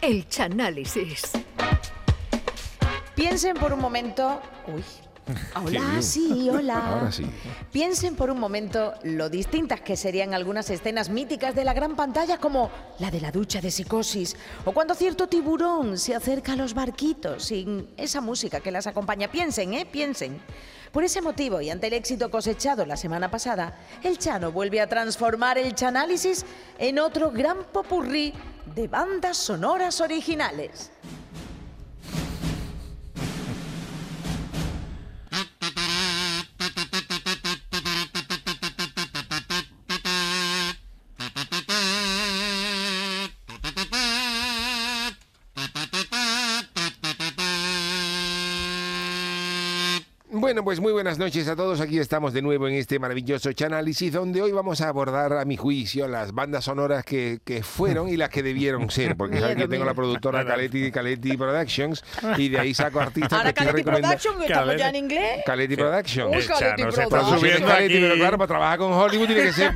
El chanálisis. Piensen por un momento. Uy. Hola, bien. sí, hola. Ahora sí. Piensen por un momento lo distintas que serían algunas escenas míticas de la gran pantalla, como la de la ducha de psicosis, o cuando cierto tiburón se acerca a los barquitos sin esa música que las acompaña. Piensen, ¿eh? Piensen. Por ese motivo, y ante el éxito cosechado la semana pasada, el Chano vuelve a transformar el Chanálisis en otro gran popurrí de bandas sonoras originales. Bueno, pues muy buenas noches a todos. Aquí estamos de nuevo en este maravilloso Chanálisis, donde hoy vamos a abordar, a mi juicio, las bandas sonoras que, que fueron y las que debieron ser. Porque saben que Miedo tengo mío. la productora Caletti, Caletti Productions, y de ahí saco artistas Ahora que estoy Caletti recomendando. Production, que Cada estamos vez- ya en inglés. Caletti Productions. Uy, El Caletti Chano se está Production. subiendo Producciones Caletti, aquí. pues, pero claro, para trabajar con Hollywood tiene que ser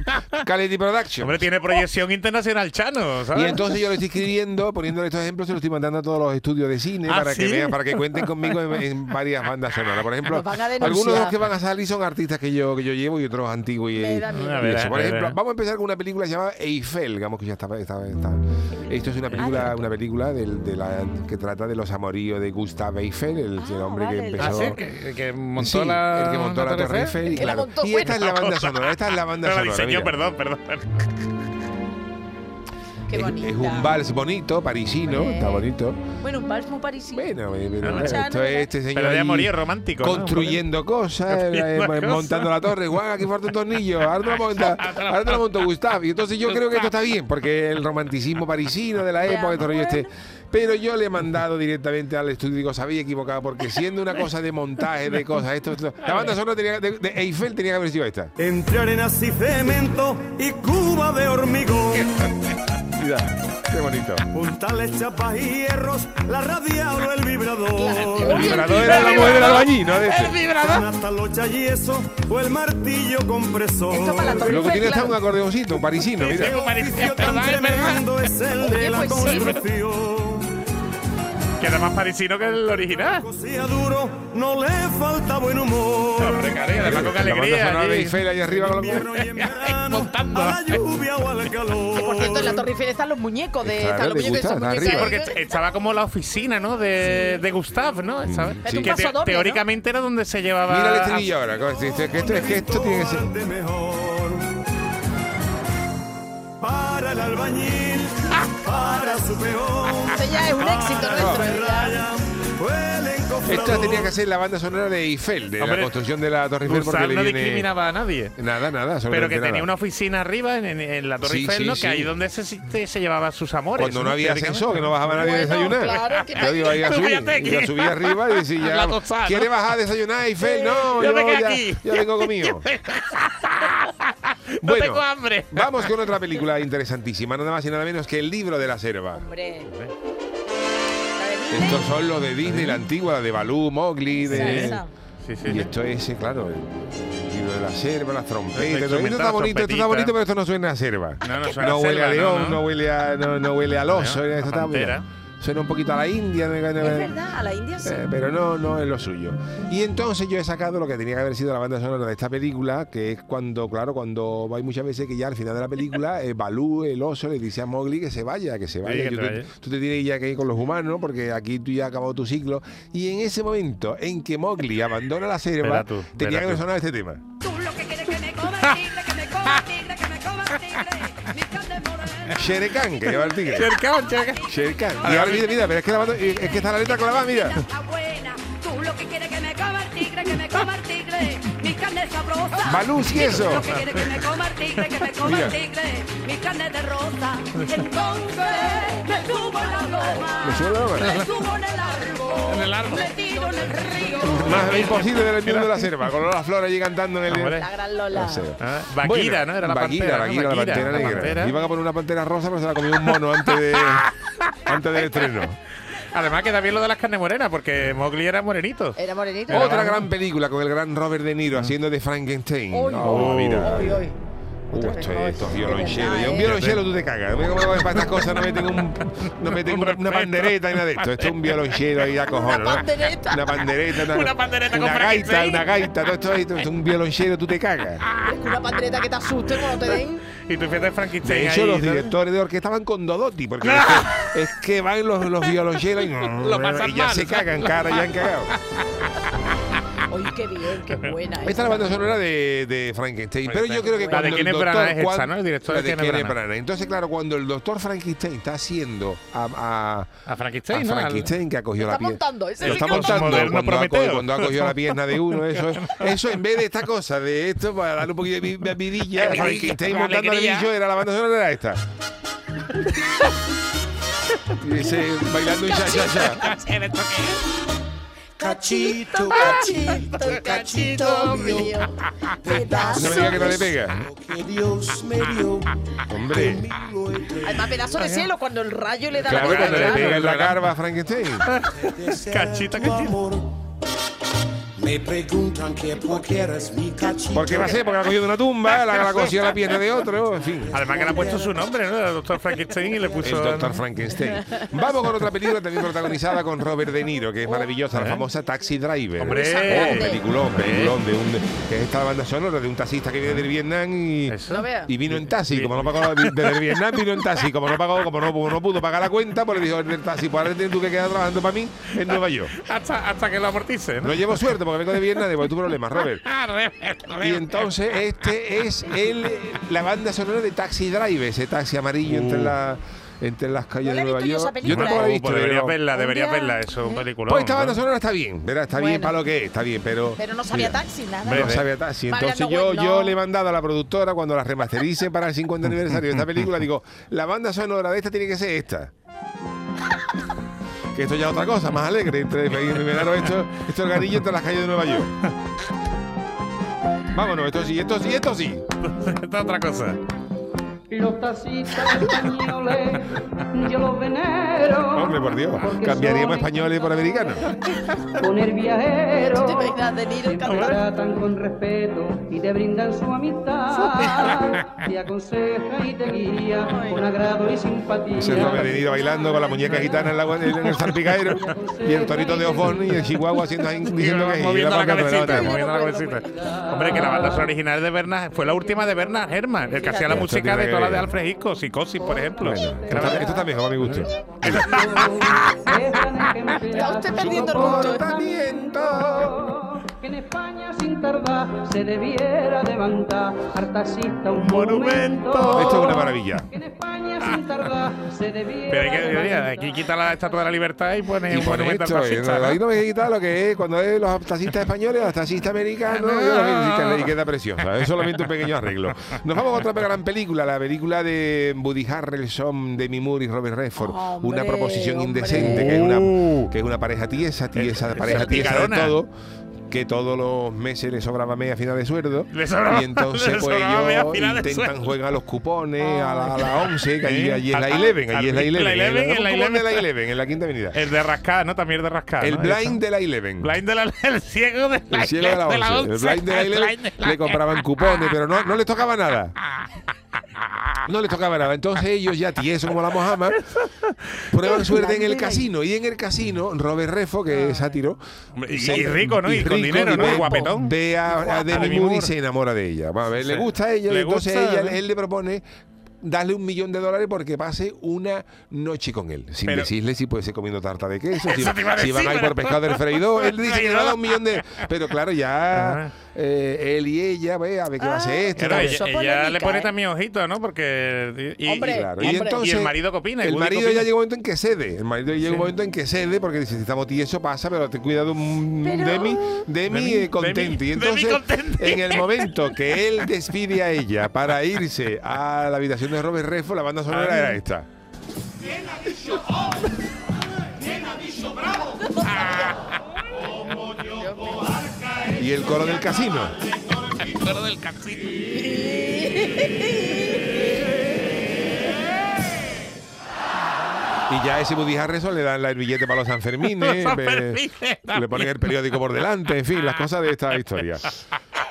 Caletti Productions. Hombre, tiene proyección internacional, Chano, ¿sabes? Y entonces yo lo estoy escribiendo, poniéndole estos ejemplos, se los estoy mandando a todos los estudios de cine ¿Ah, para que sí? vean, para que cuenten conmigo en, en varias bandas sonoras. Por ejemplo, Nos van a algunos de los denunciar. que van a salir son artistas que yo, que yo llevo y otros antiguos. Y, Me da miedo. A y ver, eso. a Por ver, ejemplo, a ver. vamos a empezar con una película llamada Eiffel, digamos que ya está. está- está- Esto Ah, es una película, una película del- de la, que trata de los amoríos de Gustave Eiffel, el, el Ah, hombre vale, que el- empezó. Ah, sí, que, que montó Sí, la. el que montó la Torre Eiffel, que la claro. montó, y bueno. esta es la banda sonora, esta es la banda No, la sonora. diseñó, mira. perdón, perdón. Qué Es- bonita. es un vals bonito, parisino, Hombre. está bonito. Bueno, un vals muy parecido. Bueno, eh, pero Ah, esto Chano, es este señor Pero de ahí amorío romántico. ¿no? construyendo cosas, eh, Construyendo cosas. montando la torre, guau, aquí falta un tornillo, ahora te lo monta, ahora te lo monto Gustavo. Y entonces yo creo que esto está bien, porque el romanticismo parisino de la época, este rollo este. Pero yo le he mandado directamente al estudio y digo, se había equivocado, porque siendo una cosa de montaje, de cosas, esto, esto- la banda sonora tenía, de, de Eiffel tenía que haber sido esta. Entre arenas y cemento y cuba de hormigón, Mira, qué bonito. puntales, chapas y hierros, la radial o el vibrador, El vibrador era la mujer del albañil, ¿no? De este. Son hasta los yeso o el martillo Esto para la compresor. torre. Lo que tiene está Claro. un acordeoncito, un parisino, mira. Qué oficio tan tremendo es el de pues, la construcción. Que era más parisino que el original. Cosía duro, no le falta buen humor. Hombre, cariño, además con alegría. La banda sonora de allí. Eiffel ahí arriba con los- Invierno y en verano, eh, Montando. eh. a la lluvia o al calor. Por cierto, en la Torre Eiffel están los muñecos de Claro, están los de muñecos de Gustavo, esos está muñecos. Sí, porque est- estaba como la oficina, ¿no? De, de Gustav, ¿no? ¿Sabes? sí. Que Un paso doble, ¿no? teóricamente era donde se llevaba. Mm. Mira el estribillo ahora. como si- Este, que esto, es que esto tiene que ser. de mejor. Para el albañil, para su peón. Ese ya es Ah, un éxito nuestro. ya. Esta tenía que ser la banda sonora de Eiffel, de la Hombre, construcción de la Torre Eiffel, Gustav porque no le viene. discriminaba a nadie. Nada, nada. Pero absolutamente que tenía nada. una oficina arriba en, en- en la Torre Sí, Eiffel, sí, ¿no? sí. Que ahí donde se, se, se llevaba sus amores. Cuando no había Teóricamente. ascensor, que no bajaba nadie a Bueno, desayunar. claro, que Yo digo, ahí a Tú subir. cállate aquí. Y a subir arriba y decir, ya. La tostada, ¿no? ¿Quiere bajar a desayunar, Eiffel? No, Yo yo, me quedo ya, aquí. ya vengo comido. No Bueno. tengo hambre. Vamos con otra película interesantísima, nada más y nada menos que El libro de la selva. Hombre. Estos son los de Disney, la antigua, la de Balú, Mowgli, de. Salsa. Sí, sí. Y esto es, eh, claro, el libro de la selva, las El trompetas. todo. Esto instrumental, está bonito, esto está trompetita. bonito, pero esto no suena a selva. No, no suena a huele selva, a león, no, no, no. huele a, no, no huele al oso. No, eh, esto a está- pantera. suena un poquito a la India. no- no- no- Es verdad, a la India sí. eh, pero no, no es lo suyo. Y entonces yo he sacado lo que tenía que haber sido la banda sonora de esta película, que es cuando, claro, cuando hay muchas veces que ya al final de la película, eh, Balú, el oso, le dice a Mowgli que se vaya, que se vaya. que Yo te te- vaya. Tú te tienes ya que ir con los humanos, porque aquí tú ya has acabado tu ciclo. Y en ese momento en que Mowgli abandona la selva, Verá tú, tenía verá que haber tú. sonado este tema. Tú lo que quieres que me coma el tigre, que me coma el tigre, que me coma el tigre. Mi carne morena. Shere Khan, que lleva el tigre. Cercao, cercao. Shere Khan. Y ahora mira, mira, pero es que, la banda- eh, es que está la letra clavada, mira. Está buena. Tú lo que quieres que me coma el tigre, que me coma el tigre. Mi carne es sabrosa. Malus y eso. Tú lo que quieres que me coma el tigre, que me coma el Mira. tigre. Mi carne es de rosa. Entonces me subo en la loma. Me subo en la loma. Me subo en el árbol. En el árbol. Me tiro en el río. Más imposible del mundo de la selva, con las flores allí cantando en el... Hombre. La gran Lola. No sé. Ah, Bagheera, ¿no? Era la Bagheera, pantera, ¿no? Bagheera, la Bagheera, pantera la negra. pantera. Iban a poner una pantera rosa, pero se la comió un mono antes de antes del estreno. Además queda bien lo de las carnes morenas, porque Mowgli era morenito. Era morenito. Otra gran película con el gran Robert De Niro haciendo de Frankenstein. Uy, Oh, uy, mira. uy, uy. Uh, Otra vez, esto es, ay, esto es de violonchelo. verdad, Yo un ¿eh? violonchelo tú te cagas. Mira cómo para estas cosas no meten, un, no meten una, una pandereta ni nada de esto. Esto es un violonchelo ahí a cojones. ¿no? pandereta. Una pandereta. Una, Una pandereta con Una Frankie gaita, Fay. una gaita. Todo esto, esto es un violonchelo, tú te cagas. Es que una pandereta que te asuste cuando te den. Y tú fíjate Frankenstein De hecho, ahí, los ¿no? directores de orquesta van con Dodotti, porque es, que, es que van los, los violonchelos y, Lo pasan y ya mal. se cagan, cara, ya han cagado. ¡Ay, qué bien, qué buena! Esta es la banda sonora de, de Frankenstein, pero yo creo que La cuando de el Kenneth doctor... Branagh es esa, cuan- ¿no? El director la de Kenneth Kenneth Branagh. Branagh. Entonces, claro, cuando el doctor Frankenstein está haciendo a... a- A Frankenstein, a Ah, ¿no? Al- Frankenstein que ha cogido Lo la está pierna. montando, ese Lo sí está que lo montando monta. cuando ha, co- Prometeo. cuando ha cogido la pierna de uno. Eso, es- eso en vez de esta cosa, de esto, para darle un poquito de vi- de vidilla, Alegría, Frankenstein la montando al alegría. bicho, era la banda sonora, era esta. Y ese, bailando un cha-cha-cha. ¿En esto qué Cachito, cachito, Cachito mío, No pedazo. me diga que no le pega. que Dios me dio. Hombre. Además, pedazo de cielo cuando el rayo le da Claro, la cuando le vuelta, pega en la carva a Frankenstein. Cachito, tu cachito. amor. Me preguntan que por qué eres mi cachito. Porque va a ser, porque la ha cogido de una tumba, la la ha cogido de la pierna de otro, en fin. Además que le ha puesto su nombre, ¿no? El doctor Frankenstein y le El puso... doctor Frankenstein. Vamos con otra película también protagonizada con Robert De Niro, que es maravillosa, la famosa Taxi Driver. Hombre. Oh, peliculón, peliculón de un, que es esta banda sonora de un taxista que viene del Vietnam y, Eso. No veas. y vino en taxi, como no pagó desde el Vietnam vino en taxi, como no pagó, como no, como no pudo pagar la cuenta, pues le dijo el del taxi, pues ahora te tienes tú que quedar trabajando para mí en Nueva York. Hasta, hasta que lo amortice, ¿no? No llevo suerte porque vengo de Vietnam, de tu problema, Robert. Ah, re- re- Y entonces este es el, la banda sonora de Taxi Drive, ese taxi amarillo entre, la, entre las No la calles de he Nueva visto yo York. esa yo tampoco la he Uh. Pues visto. deberías pero- verla, deberías Un día- verla. Eso es un película. Pues esta banda sonora está bien, ¿verdad? Está bien Bueno. para lo que es, está bien, pero... Pero no sabía taxi, nada. No Bebe. sabía taxi. Vaya, Entonces no, yo, bueno. yo le he mandado a la productora cuando la remastericen para el 50 aniversario de esta película, digo, la banda sonora de esta tiene que ser esta. Que esto ya es otra cosa, más alegre. Entre, me- me daron esto, esto el garillo entre las calles de Nueva York. Vámonos, esto sí, esto sí, esto sí. Esta es otra cosa. Los taxistas españoles, yo los venero. Hombre, por Dios. porque Cambiaríamos son españoles por americanos. Con el viajero. ¿Tú te imaginas de Niro en Te camioneta? tratan con respeto y te brindan su amistad. Te aconseja y te guía con agrado y simpatía. Ese Robert De Niro bailando con la muñeca gitana en, la, gua- en el salpicadero y el torito de Osborne y el Chihuahua haciendo ahí, Y diciendo que moviendo la cabecita, otra. moviendo la cabecita. Hombre, que la banda sonora original de Bernard fue la última de Bernard Herman, el que hacía la Esto música tiene de que todas las ver. de Alfred Hitchcock, Psicosis, por ejemplo. Bueno, esto, Que la está, verdad- esto está mejor a mi gusto. Está usted perdiendo el gusto, ¿eh? Que en España sin tardar se debiera levantar al taxista un Monumento. monumento. Esto es una maravilla. Que en España sin tardar se debiera Pero hay que, debería, levantar. aquí quita la estatua de la libertad y pone Y un por monumento al esto, eh, taxista. no, ahí ¿no? no me quita lo que es cuando es los taxistas españoles, los taxistas americanos, Ah, No. yo lo veo y queda- y queda preciosa. Es solamente un pequeño arreglo. Nos vamos a otra gran película, la película de Woody Harrelson, Demi Moore y Robert Redford. Hombre, una proposición hombre. indecente, que es, una, Oh. que es una pareja tiesa, tiesa, Es- pareja es tiesa de picarona. todo. Que todos los meses le sobraba media final de sueldo. Le sobraba- y entonces, le pues sobraba media ellos final de intentan sueldo. jugar a los cupones, a la, a la 11, que allí, ¿Eh? allí es la Al- 11, allí al- es la la 11. un 11, en la cupón de la 11. 11, en la quinta avenida. El de rascada, ¿no? También el de rascada. El ¿no? blind de la Eleven. Blind de la el ciego de la, El cielo de la de la 11. El blind de la once. Eleven blind de la- le compraban cupones, pero no, no les tocaba nada. No les tocaba nada. Entonces ellos ya tieso como la mojama, prueban suerte en el casino. Y en el casino, Robert Refo, que es sátiro. Hombre, y- se- y rico, ¿no? Y con dinero, ¿no? ve- Y guapetón. Ve a, a Demi Demi Moore y Moore. se enamora de ella. Vamos a ver, le Sí. gusta a ella y Le entonces gusta, ella- ¿no? él le propone darle un millón de dólares porque pase una noche con él. Sin Pero- decirle si puede ser comiendo tarta de queso, si, Eso te iba a si van decir, a ir por pero- pescado del freidor. Él dice que le va a dar Freidor. un millón de... Pero claro, ya Ah. eh, él y ella, ve, a ver qué va a hacer este, esto. Claro, tal. ella, Eso ella polémica, le pone ¿eh? también ojito, ¿no? Porque. y- y- Hombre, y- Claro, y, Y, hombre. entonces, el marido que opina. El Woody que marido ya opina. llega un momento en que cede. El marido llega un momento en que cede porque dice: si estamos tieso, pasa, pero ten cuidado, mm, Demi, Demi, Demi, eh, contenti. Demi, Y entonces, Demi contenti. en el momento que él despide a ella para irse a la habitación de Robert Refo, la banda sonora Ah. era esta. Y el coro del casino. Toro del casino. Y ya ese Woody Harrelson le dan la- el billete para los Sanfermines, Los eh, Sanfermines le ponen el periódico por delante, en fin, las cosas de esta historia.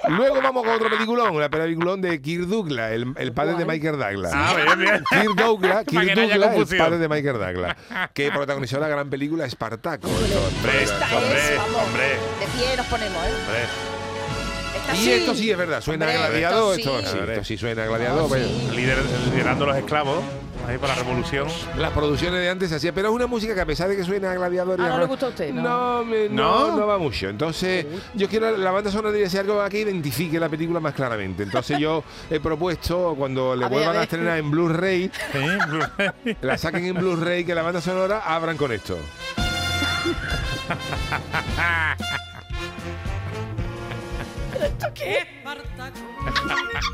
Luego vamos con otro peliculón, la peliculón de Kirk Douglas, el, el padre de Michael Douglas. Ah, bien, bien. Kirk Douglas, Para Kirk que no haya Douglas, el confusión. padre de Michael Douglas, que protagonizó la gran película Espartaco. Hombre, Esta hombre, es, vamos, hombre, de pie nos ponemos, ¿eh? hombre. Esta Y esto sí es verdad, suena Hombre, a gladiador. esto Esto, sí. sí, esto sí suena a gladiador. pero- Líder, liderando los esclavos, ahí para la revolución. Las producciones de antes se hacían, pero es una música que a pesar de que suena a gladiador... y Ah, a no rock, le gusta a usted, ¿no? No, me- no, ¿No? no va mucho. Entonces, yo quiero, la banda sonora debe ser algo que identifique la película más claramente. Entonces yo he propuesto, cuando le A ver, vuelvan a a ver. estrenar en Blu-ray, la saquen en Blu-ray, que la banda sonora abran con esto.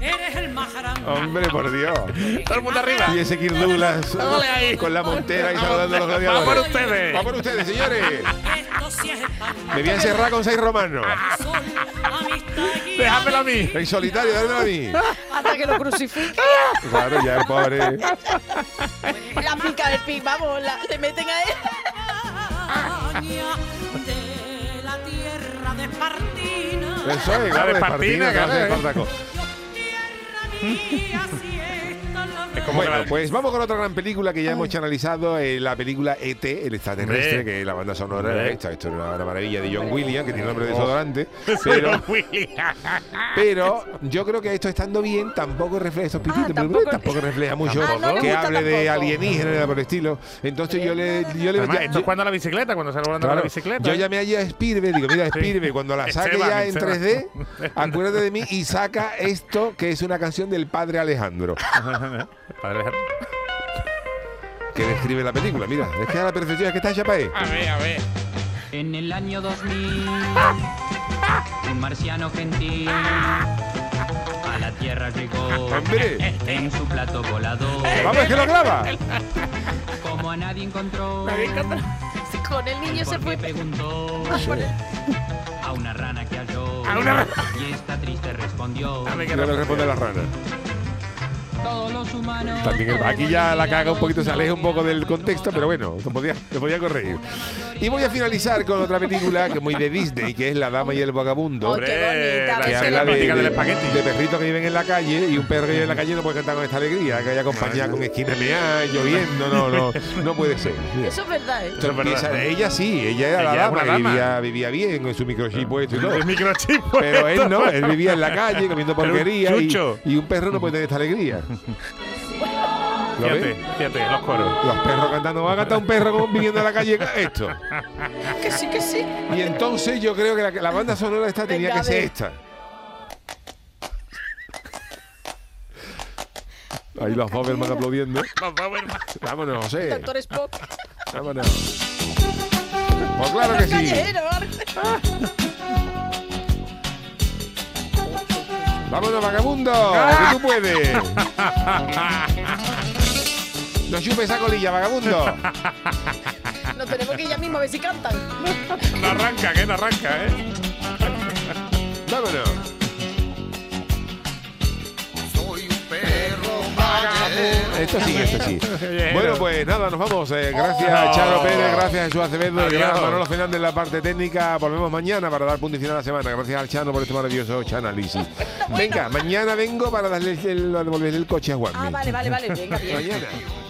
Eres el más grande. Hombre, por Dios. Todo el mundo arriba. Y ese Kirk Douglas Dale ahí. con la montera y saludando a los Vamos por gladiadores. ustedes. Va por ustedes, señores. Esto sí es español. Me voy a encerrar con seis romanos. Sol, amistad y Déjamelo a mí. En solitario, dámelo a mí. Hasta que lo crucifiquen. Claro, ya, pobre. la pica del pin, vamos, la- le meten a él. España, de la tierra de Espartina. Eso es, La claro, de de Partina, Partina, claro, claro, de eh. Espartaco. Tierra mía, si esta la Es como Bueno, que la- pues vamos con otra gran película que ya hemos analizado, eh, la película ET, el extraterrestre, Hombre. que la banda sonora Hombre. Oh. era esta, esto era una maravilla de John Williams, que tiene nombre de desodorante, pero, Pero Willy. pero yo creo que esto estando bien tampoco refleja esto explícita, pero Ah, tampoco- tampoco, refleja mucho Ah, no le que gusta hable de tampoco. alienígenas y nada por el estilo. Entonces yo le yo le Además, ya- esto es cuando la bicicleta, cuando sale volando la Claro. bicicleta. ¿eh? Yo llamé allí a Spirbe, digo, mira, Sí. Spirbe, cuando la saque Esteban, ya en Esteban. 3D, acuérdate de mí y saca esto, que es una canción del padre Alejandro, Padre, Oh, que describe la película. Mira, es que a la perfección es que está hecha para él. A ver, a ver. En el año 2000, un marciano gentil a la Tierra llegó ¡Hombre! en su plato volador, ¡Vamos, que lo graba! como a nadie encontró. Con el niño se fue. Porque preguntó a una rana que halló A una rana. y esta triste respondió. A ver Que qué no le tal. responde la rana. Todos los humanos. También el- todos aquí los ya la caga un niños poquito, se aleja un poco del no quedaron contexto, pero bueno, se podía, se podía corregir. Y voy a finalizar con otra película que es muy de Disney, que es La Dama y el Vagabundo. Hombre, qué bonita, Oh, la que versión habla de, temática de- del espagueti. de perritos que viven en la calle y un perro que vive en la calle no puede cantar con esta alegría, que haya compañía con esquina mea, lloviendo, no, no, no puede ser. Mira. Eso es verdad, ¿eh? Esto es verdad. empieza- ella sí, ella era Ella la era dama, una dama. Vivía, vivía bien con su microchip puesto y todo. El microchip. Pero él no, él vivía en la calle comiendo Era un porquería y, chucho. y un perro no puede tener esta alegría. ¿Lo ves? Fíjate, fíjate, los coros. Los perros cantando, va a cantar un perro como viviendo en la calle esto. Ah, Que sí, que sí. Y entonces yo creo que la, la banda sonora esta tenía Venga, que a ser ver. esta. Ahí los Boberman aplaudiendo. Los Bowerman. Vámonos, José. Doctor Spock. Vámonos. Pues claro que sí. Callejero. Vámonos, vagabundo. Que tú puedes. No chupes esa colilla, vagabundo. Nos tenemos que ir ya mismo a ver si cantan. No arranca, que no arranca, ¿eh? Vámonos. Soy un perro vagabundo. Oh. Esto sí, esto sí. Callejero. Bueno, pues nada, nos vamos. Eh, gracias a Charo Pérez, gracias a Jesús Acevedo, Adiós. gracias a Manolo Fernández en la parte técnica. Volvemos mañana para dar punto y final a la semana. Gracias al Chano por este maravilloso análisis. Venga, mañana vengo para darle el, devolverle el coche a Juanmi. Ah, Ah, vale, vale, vale. Venga, bien. Mañana.